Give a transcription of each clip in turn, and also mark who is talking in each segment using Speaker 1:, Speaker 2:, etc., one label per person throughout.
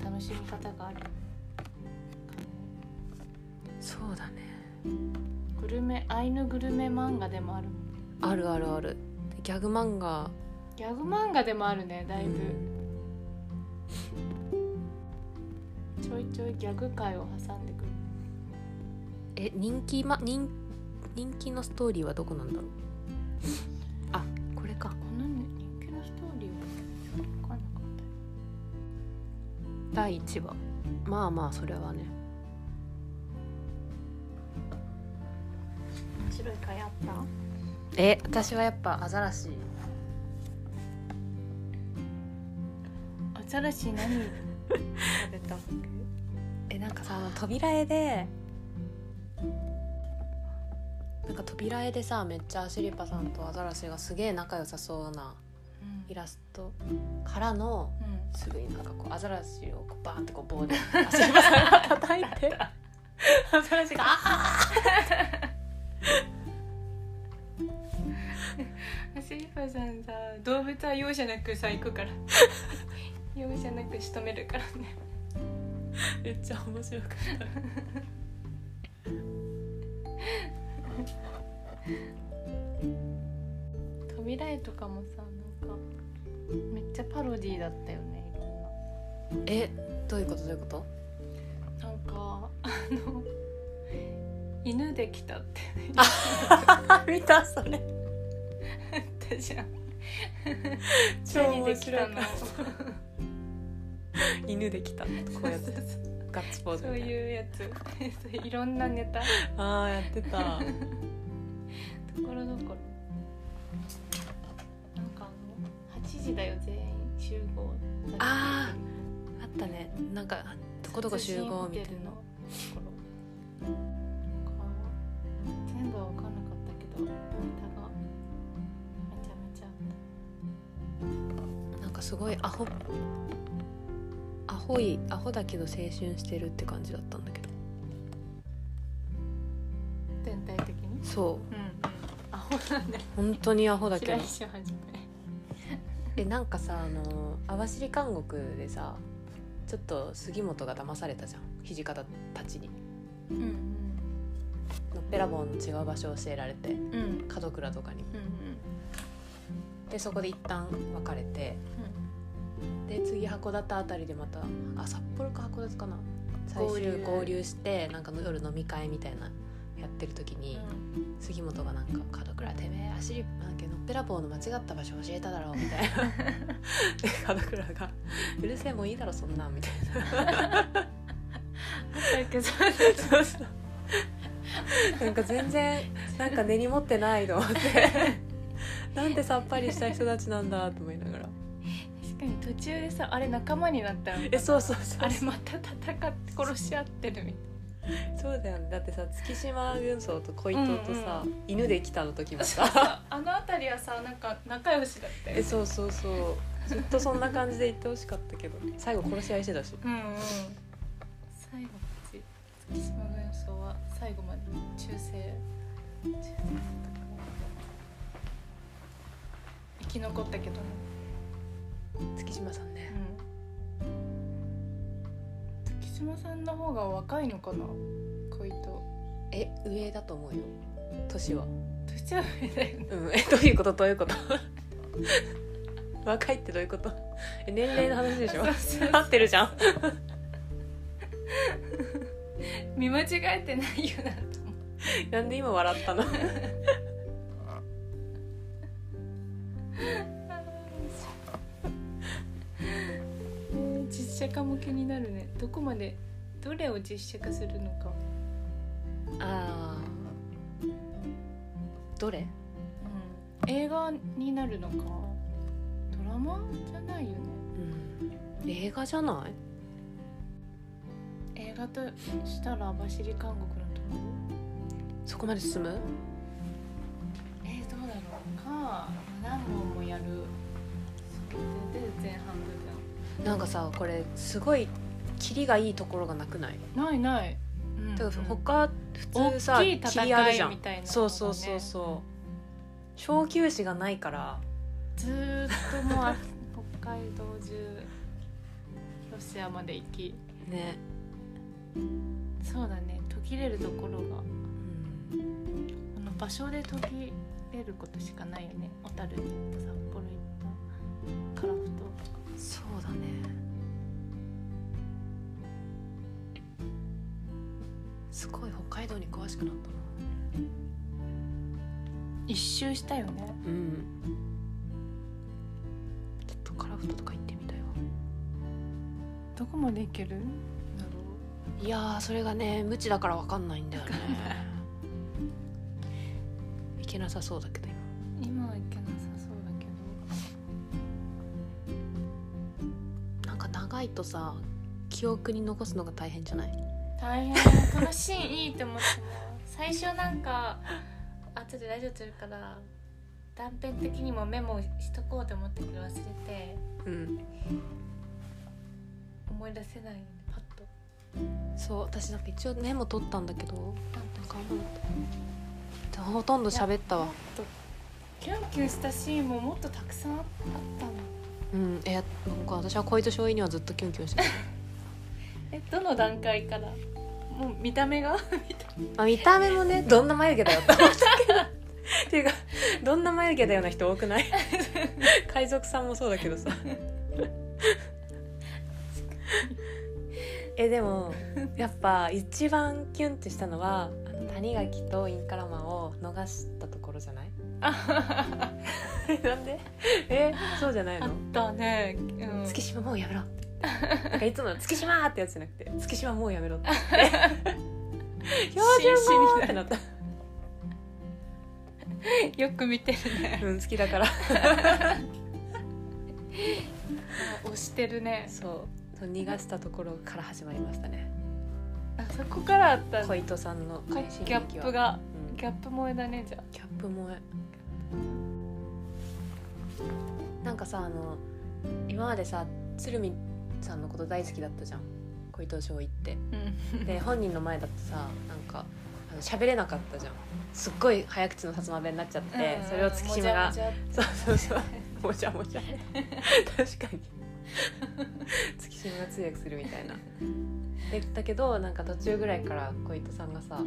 Speaker 1: 方があるか
Speaker 2: そうだね
Speaker 1: もグルメアイヌグルメ漫画でもあるもん
Speaker 2: あるあるあるギャグ漫画
Speaker 1: ギャグ漫画でもあるねだいぶ、ちょいちょいギャグ界を挟んでくる
Speaker 2: え人気、ま、人人気のストーリーはどこなんだろうあこれか
Speaker 1: この人気のストーリーは分かんなかったよ
Speaker 2: 第1話まあまあそれはね
Speaker 1: 面白い回あった
Speaker 2: え私はやっぱアザラシ
Speaker 1: アザラシ 何食べたっけ
Speaker 2: えなんかさあの扉絵でなんか扉絵でさめっちゃアシリパさんとアザラシがすげえ仲良さそうなイラストからの
Speaker 1: うん
Speaker 2: すぐになんかこうアザラシをこうバーンってこう棒でアシリパさんが叩いて
Speaker 1: アザラ シがアシリファさんさ動物は容赦なくさ行くから容赦なく仕留めるからね
Speaker 2: めっちゃ面白かった
Speaker 1: 扉絵とかもさなんかめっちゃパロディーだったよねいろんな
Speaker 2: えどういうことどういうこと
Speaker 1: なんかあの 犬できたって
Speaker 2: あ見たそれ
Speaker 1: 言ったじゃん
Speaker 2: 超
Speaker 1: 何
Speaker 2: 面
Speaker 1: でき
Speaker 2: 白
Speaker 1: た
Speaker 2: い
Speaker 1: の
Speaker 2: 犬できたこうや ってガッツポーズ
Speaker 1: そう
Speaker 2: みたいな
Speaker 1: いうやついろんなネタ
Speaker 2: あーやってた
Speaker 1: ところどころなんかあの8時だよ全員集合
Speaker 2: ああったねなんかどこどこ集合みたい
Speaker 1: 殺人ホテルのと
Speaker 2: な
Speaker 1: ころなんか全部は分かんなかったけどネタがめちゃめちゃあった
Speaker 2: なんかすごいアホアホいアホだけど青春してるって感じだったんだけど
Speaker 1: 全体的に
Speaker 2: そ
Speaker 1: うんうんアホなんだ
Speaker 2: う本当にアホだけ
Speaker 1: 白
Speaker 2: ど
Speaker 1: 石はじめ
Speaker 2: えなんかさあの網走監獄でさちょっと杉本が騙されたじゃん土方たちに
Speaker 1: うん
Speaker 2: のっぺらぼうの違う場所を教えられて
Speaker 1: うんうんうん
Speaker 2: 門倉とかに
Speaker 1: うん
Speaker 2: でそこで一旦別れてで次函館あたりでまたあ札幌か函館かな最
Speaker 1: 合
Speaker 2: 終
Speaker 1: 流
Speaker 2: 合流してなんかの夜飲み会みたいなやってる時に、杉本がなんか「門倉てめえ足なんかのっぺらぼうの間違った場所教えただろ」み たいなで門倉が「うるせえもういいだろそんなん」みたい
Speaker 1: だけど
Speaker 2: ななんか全然なんか根に持ってないと思ってなんてさっぱりした人たちなんだと思いながら
Speaker 1: 確かに途中でさあれ仲間になったの
Speaker 2: えそうそうそう
Speaker 1: あれまた戦って殺し合ってるみ
Speaker 2: そうだよねだってさ月島軍曹と恋人とさ、
Speaker 1: うん
Speaker 2: 犬で来たの時も
Speaker 1: たい
Speaker 2: さ
Speaker 1: なあの辺りはさなんか仲良しだったよ
Speaker 2: えそうそうそうずっとそんな感じで言ってほしかったけど最後殺し合いしてたし
Speaker 1: うんうん最後こっち月島の予想は最後まで忠誠忠誠だったかな生き残ったけどね
Speaker 2: 月島さんね
Speaker 1: 月島さんの方が若いのかな恋と
Speaker 2: え上だと思うよ年は
Speaker 1: 年は上だよね
Speaker 2: うんえどういうことどういうこと若いってどういうことえ年齢の話でし ょ
Speaker 1: そうそう
Speaker 2: 合ってるじゃん
Speaker 1: 見間違えてないよなと思
Speaker 2: なんで今笑ったの
Speaker 1: う実写化も気になるねどこまでどれを実写化するのか、
Speaker 2: あーどれ
Speaker 1: うん、映画になるのかドラマじゃないよね
Speaker 2: うん映画じゃない
Speaker 1: 映画としたら網走監獄のとこ
Speaker 2: そこまで進む
Speaker 1: えー、どうだろうか何本もやるそれで前半部
Speaker 2: なんかさこれすごいキリがいいところがなくない、
Speaker 1: 分ないない、うん
Speaker 2: てか
Speaker 1: うん
Speaker 2: 他普通さ
Speaker 1: 大きい
Speaker 2: キリあるじ
Speaker 1: 戦
Speaker 2: ゃ
Speaker 1: い
Speaker 2: ん
Speaker 1: みたいなのがね
Speaker 2: そうそうそうそう小休止がないから
Speaker 1: ずーっともうあ北海道中ロシアまで行き
Speaker 2: ね
Speaker 1: そうだね途切れるところが
Speaker 2: うん
Speaker 1: この場所で途切れることしかないよね小樽に行った札幌行ったカラフトとか
Speaker 2: そうだねすごい北海道に詳しくなったな
Speaker 1: 一周したよね
Speaker 2: うんちょっとカラフトとか行ってみたいわ
Speaker 1: どこまで行けるだろ
Speaker 2: いやーそれがね無知だからわかんないんだよねいけなさそうだけど今
Speaker 1: う今は行けなさそうだけど
Speaker 2: なんか長いとさ記憶に残すのが大変じゃない
Speaker 1: 大変このシーンいいって思っても最初なん か後でラジオするから断片的にもメモしとこうと思ったけど忘れて
Speaker 2: うん
Speaker 1: 思い出せないのでパッと
Speaker 2: そう私なんか一応メモ取ったんだけど
Speaker 1: なんと
Speaker 2: なんかあんまなかったほとんど喋ったわ
Speaker 1: もっとキュンキュンしたシーンももっとたくさんあったの
Speaker 2: うんえなんか私は恋と醤油にはずっとキュンキュンしてた
Speaker 1: えどの段階からもう見た目が
Speaker 2: まあ見た目もねどんな眉毛だよって思ったけどっていうかどんな眉毛だよな人多くない海賊さんもそうだけどさえでもやっぱ一番キュンってしたのはあの谷垣とインカラマンを逃したところじゃない
Speaker 1: あ
Speaker 2: なんでえそうじゃないの
Speaker 1: ったね、うん
Speaker 2: 月島もうやめろなんかいつもの月島ってやつじゃなくて月島もうやめろって標準語ってなった
Speaker 1: よく見てるね
Speaker 2: うん好きだから
Speaker 1: 押してるね
Speaker 2: そうそう逃がしたところから始まりましたね
Speaker 1: あそこからあったんだ
Speaker 2: 小糸さんの
Speaker 1: ギャップ、が
Speaker 2: うんギ
Speaker 1: ギャップ萌えだねじゃあ
Speaker 2: ャップ萌えなんかさあの今までさ鶴見さんのこと大好きだったじゃん小糸翔一 って
Speaker 1: うん
Speaker 2: で本人の前だとさなんかあの喋れなかったじゃんすっごい早口のさつま弁になっちゃって、それを月島が
Speaker 1: もじゃも
Speaker 2: そうそうそうもちゃもちゃ確かに月島が通訳するみたいなでだけどなんか途中ぐらいから小糸さんがさあの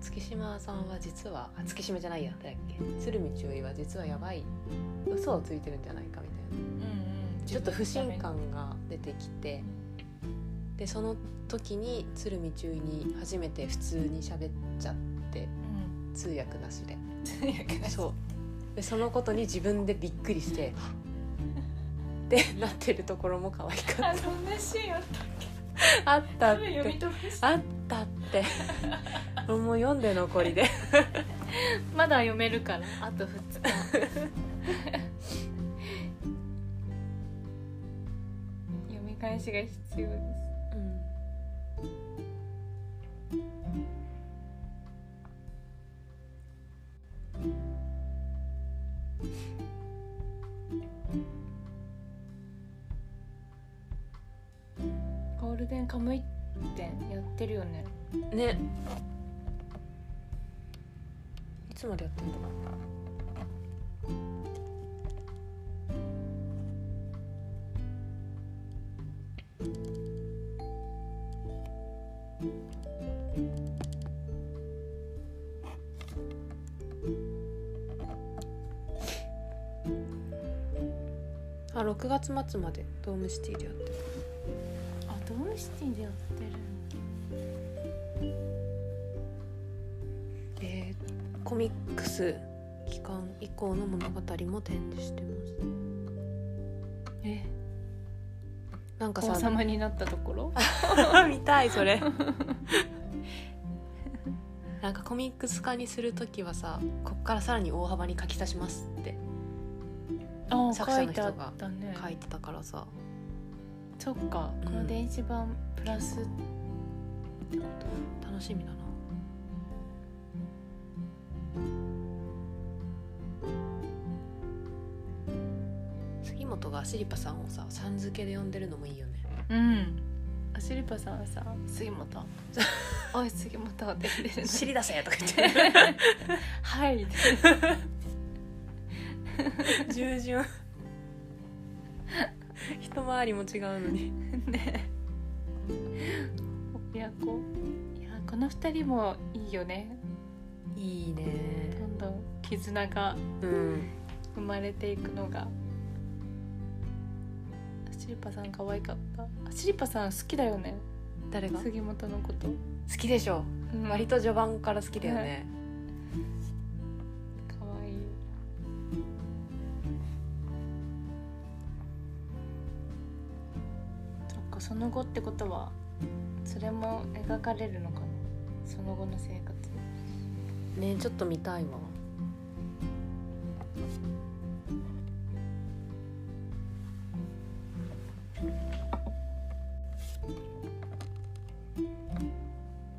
Speaker 2: 月島さんは実はあ月島じゃないや誰だっけ鶴見中尉は実はやばい嘘をついてるんじゃないかみたいな
Speaker 1: じゃうんうん
Speaker 2: ちょっと不信感が出てきてでその時に鶴見中尉に初めて普通に喋っちゃって
Speaker 1: うん
Speaker 2: 通訳なしで
Speaker 1: 通訳が
Speaker 2: そうでそのことに自分でびっくりしてってなってるところも可愛か
Speaker 1: あ
Speaker 2: っ
Speaker 1: そんなシーンあった
Speaker 2: た あった
Speaker 1: 多
Speaker 2: っ
Speaker 1: 分読み
Speaker 2: て
Speaker 1: 飛ばし
Speaker 2: あったって もう読んで残りで
Speaker 1: まだ読めるからあと2日 読み返しが必要ですゴールデンカムイ展やってるよね
Speaker 2: ねいつまでやってんだろうあ6月末までドームシティでやってる
Speaker 1: あドームシティでやってる
Speaker 2: えーコミックス期間以降の物語も展示してます
Speaker 1: え
Speaker 2: なんか
Speaker 1: 王
Speaker 2: さ
Speaker 1: 様になったところ
Speaker 2: 見たいそれ なんかコミックス化にする時はさこっからさらに大幅に書き足しますって
Speaker 1: あ
Speaker 2: 作者
Speaker 1: 書
Speaker 2: の
Speaker 1: い
Speaker 2: 人
Speaker 1: て
Speaker 2: が
Speaker 1: あったね
Speaker 2: 書いてたからさ
Speaker 1: そっか
Speaker 2: うん
Speaker 1: この電子版プラスってこと
Speaker 2: 楽しみだな杉本がシリパさんをささん付けで呼んでるのもいいよ ね
Speaker 1: うんアシリパさんはさ「杉 本」「おい杉本」って言ってる
Speaker 2: 尻
Speaker 1: の
Speaker 2: 出せとか言って
Speaker 1: 「はい」って
Speaker 2: 従順一回りも違うのに
Speaker 1: ね親子いやこの二人もいいよね
Speaker 2: いいね
Speaker 1: どんどん絆が
Speaker 2: うん
Speaker 1: 生まれていくのがシリパさん可愛かったあシリパさん好きだよね
Speaker 2: 誰が好
Speaker 1: 杉本のこと、
Speaker 2: きでしょ
Speaker 1: うん
Speaker 2: 割と序盤から好きだよね、
Speaker 1: 可愛いそっかその後ってことはそれも描かれるのかなその後の生活
Speaker 2: ねちょっと見たいわ
Speaker 1: い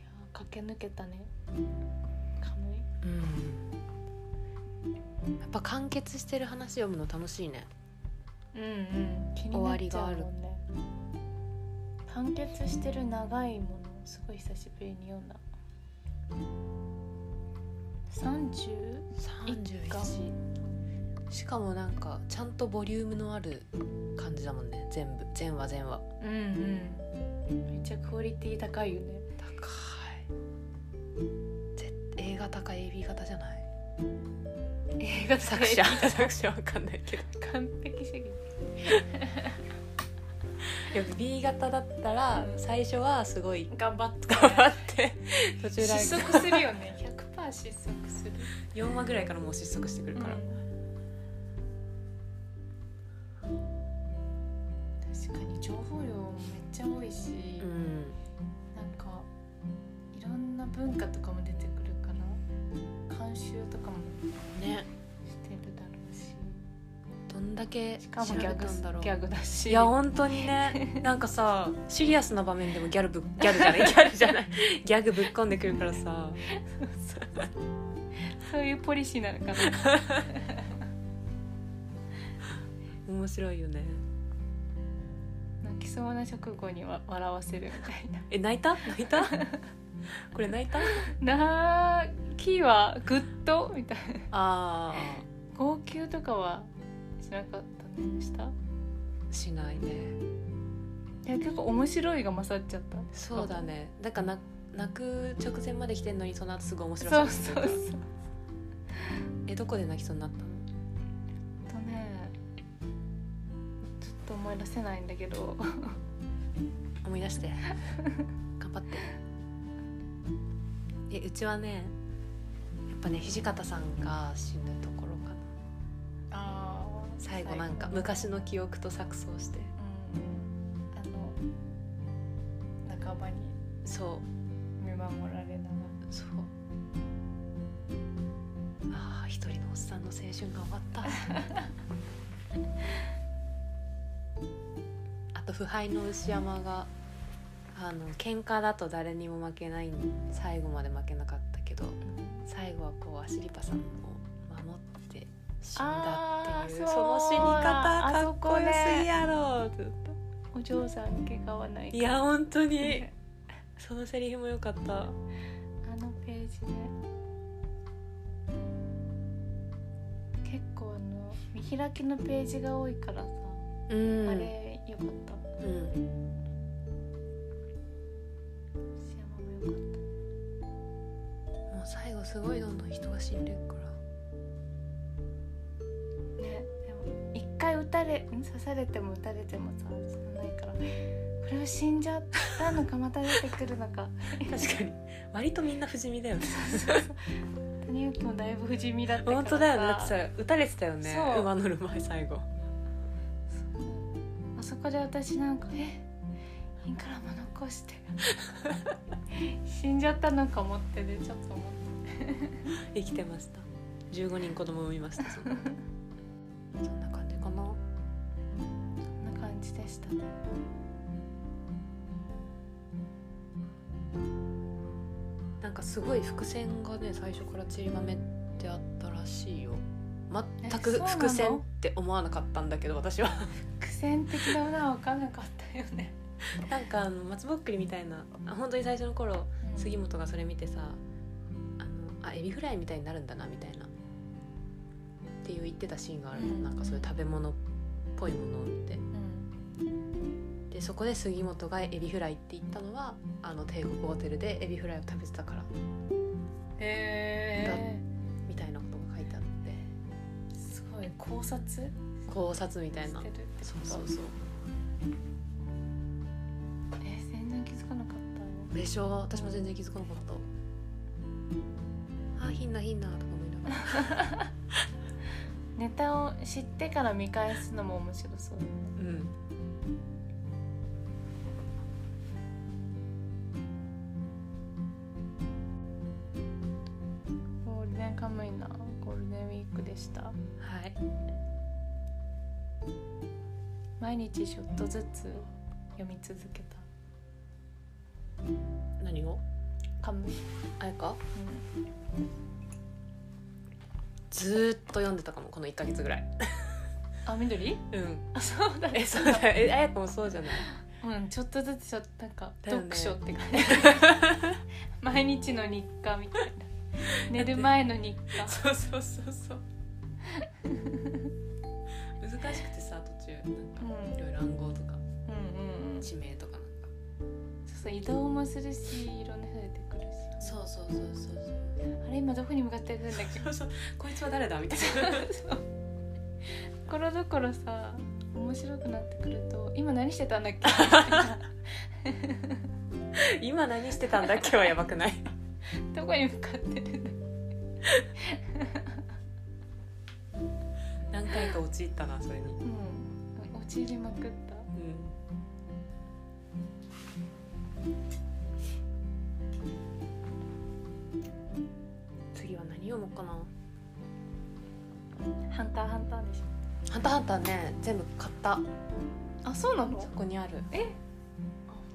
Speaker 1: やー駆け抜けたねカムイ
Speaker 2: うんやっぱ完結してる話読むの楽しいね
Speaker 1: うんうん気に
Speaker 2: 終
Speaker 1: な
Speaker 2: わ
Speaker 1: っ
Speaker 2: り
Speaker 1: ち
Speaker 2: が
Speaker 1: ゃ
Speaker 2: あ
Speaker 1: う
Speaker 2: る
Speaker 1: もんね完結してる長いものすごい久しぶりに読んだ 30? 一巻
Speaker 2: 31しかもなんかちゃんとボリュームのある感じだもんね全部全話全話
Speaker 1: うんうんめっちゃクオリティ高いよね
Speaker 2: 高いぜ A 型か AB 型じゃない
Speaker 1: 映画
Speaker 2: 作者作者わかんないけど
Speaker 1: 完璧主義
Speaker 2: いや B 型だったら最初はすごい
Speaker 1: 頑張って
Speaker 2: 頑張って途中
Speaker 1: 失
Speaker 2: ら
Speaker 1: 速するよね100%失 速する
Speaker 2: 4話ぐらいからもう失速してくる
Speaker 1: か、
Speaker 2: からら、
Speaker 1: 確かに情報量もめっちゃ多いし、
Speaker 2: うん
Speaker 1: なんかいろんな文化とかも出てくるから慣習とかも
Speaker 2: ね
Speaker 1: してるだろうし
Speaker 2: どんだけ
Speaker 1: しかも
Speaker 2: 調
Speaker 1: ギ
Speaker 2: べた
Speaker 1: ャ
Speaker 2: んだ
Speaker 1: グ
Speaker 2: ろう
Speaker 1: ギャグだし
Speaker 2: いや本当に ねなんかさシリアスな場面でもギャ ルぶギャルじゃないギャルじゃないギャグぶっ込んでくるからさ
Speaker 1: そういうポリシーなのかな
Speaker 2: 面白いよね
Speaker 1: 泣きそうな直後には笑わせるみたいな
Speaker 2: え泣いた泣 いたこれ泣いた
Speaker 1: なーキーはグッとみたいな
Speaker 2: あ
Speaker 1: 号泣とかはしなかったんでした
Speaker 2: ーしないね
Speaker 1: いや結構面白いが勝っちゃった
Speaker 2: そうだねだからな泣く直前まで来てんのにその後すごい面白
Speaker 1: そ
Speaker 2: そうう
Speaker 1: そうそう
Speaker 2: えどこで泣きそうになったの
Speaker 1: あとねちょっと思い出せないんだけど
Speaker 2: 思い出して 頑張ってえうちはねやっぱね土方さんが死ぬところかな
Speaker 1: あ
Speaker 2: 最後なんか昔の記憶と錯綜して
Speaker 1: うんあの半ばに
Speaker 2: そう
Speaker 1: 見守られなが
Speaker 2: そうああ一人のおっさんの青春が終わった あと腐敗の牛山があの喧嘩だと誰にも負けない最後まで負けなかったけど最後はこうアシリパさんを守って死んだっていう
Speaker 1: あー
Speaker 2: その死に方
Speaker 1: あ
Speaker 2: か
Speaker 1: そ
Speaker 2: っ
Speaker 1: こ
Speaker 2: こ
Speaker 1: ね
Speaker 2: よすぎやろずっと
Speaker 1: らお嬢さん怪我はないか
Speaker 2: いや本 当にそのセリフも良かった
Speaker 1: あのページね結構あの見開きのページが多いからさ、
Speaker 2: うん
Speaker 1: あれよかった
Speaker 2: うん
Speaker 1: 石山もよかっ
Speaker 2: もう最後すごいどんどん人が死んでるから
Speaker 1: たねでも一回撃たれん刺されても撃たれてもさ死なないからこれは死んじゃったのかまた出てくるのか
Speaker 2: 確かに割とみんな不死身だよね
Speaker 1: 谷幸もだいぶ不死身だったから
Speaker 2: 本当だよねだってさ撃たれてたよね
Speaker 1: そう
Speaker 2: 馬乗る前最後
Speaker 1: あそこで私なんかえインカラも残して死んじゃったのかもってねちょっと思っ
Speaker 2: 生きてました15人子供産みましたその そんな感じか
Speaker 1: た
Speaker 2: な
Speaker 1: そんな感じでしたね
Speaker 2: なんかすごい伏線がね最初から散りばめってあったらしいよ全
Speaker 1: えそう
Speaker 2: く
Speaker 1: なの
Speaker 2: 伏線って思わなかったんだけど私は
Speaker 1: 苦戦的なものは分かんなかったよね、
Speaker 2: なんかあの松ぼっくりみたいなあ本当に最初の頃杉本がそれ見てさあのあエビフライみたいになるんだなみたいなっていう言ってたシーンがあるの、
Speaker 1: うん
Speaker 2: なんかそういう食べ物っぽいものを見て
Speaker 1: うん
Speaker 2: ででそこで杉本がエビフライって言ったのはあの帝国ホテルでエビフライを食べてたから
Speaker 1: へ
Speaker 2: みたいなことが書いてあって
Speaker 1: えすごい考察してる
Speaker 2: 考察みたいな
Speaker 1: ってこと
Speaker 2: そうそうそう
Speaker 1: えー全然気づかなかったの
Speaker 2: でしょ私も全然気づかなかったあひんなひんなとか思いなが ら
Speaker 1: ネタを知ってから見返すのも面白そう
Speaker 2: うん
Speaker 1: ゴールデンカムイなゴールデンウィークでした
Speaker 2: はい
Speaker 1: 毎日ちょっとずつ読み続けた
Speaker 2: 何を
Speaker 1: カムイ、
Speaker 2: あやかずーっと読んでたかもこの1か月ぐらい
Speaker 1: あ 緑
Speaker 2: うん
Speaker 1: あそうだね
Speaker 2: えそうだえあやかもそうじゃない
Speaker 1: うんちょっとずつちょっとなんか
Speaker 2: だよね
Speaker 1: 読書って感じ 毎日の日課みたいな寝る前の日課
Speaker 2: そうそうそうそう 難しくてさ途中なんか
Speaker 1: うん
Speaker 2: いろいろ暗号と
Speaker 1: う
Speaker 2: か
Speaker 1: んうんうんそ
Speaker 2: 地名とかなんか
Speaker 1: うそう移動もするしいろんな人出てくるし
Speaker 2: そうそうそうそうそう
Speaker 1: あれ今どこに向かってるんだっけ
Speaker 2: そうそうこいつは誰だみたいな
Speaker 1: ところどころさ面白くなってくると今何してたんだっ けみたいな
Speaker 2: 今何してたんだっけはやばくない
Speaker 1: どこに向かってるんだ
Speaker 2: 何回か陥ったなそれにうん
Speaker 1: うん陥りまくった
Speaker 2: 次は何読もうかな
Speaker 1: 「ハンターハンター」でしょ
Speaker 2: 「ハンターハンターね」全部買った
Speaker 1: あそうなの
Speaker 2: そこにある
Speaker 1: あ本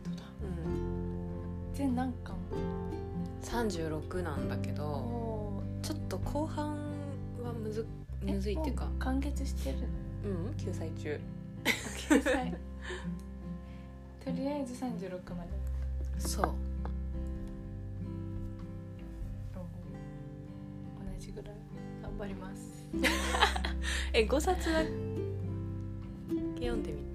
Speaker 1: 当だ
Speaker 2: うん
Speaker 1: 全何巻
Speaker 2: 36なんだけ
Speaker 1: お
Speaker 2: ど
Speaker 1: お
Speaker 2: ちょっと後半はむずむずいっていうか
Speaker 1: 完結してるの
Speaker 2: うん救済中
Speaker 1: 救 済とりあえず36まで
Speaker 2: そう
Speaker 1: 同じぐらい頑張ります
Speaker 2: え5冊だけ読んでみ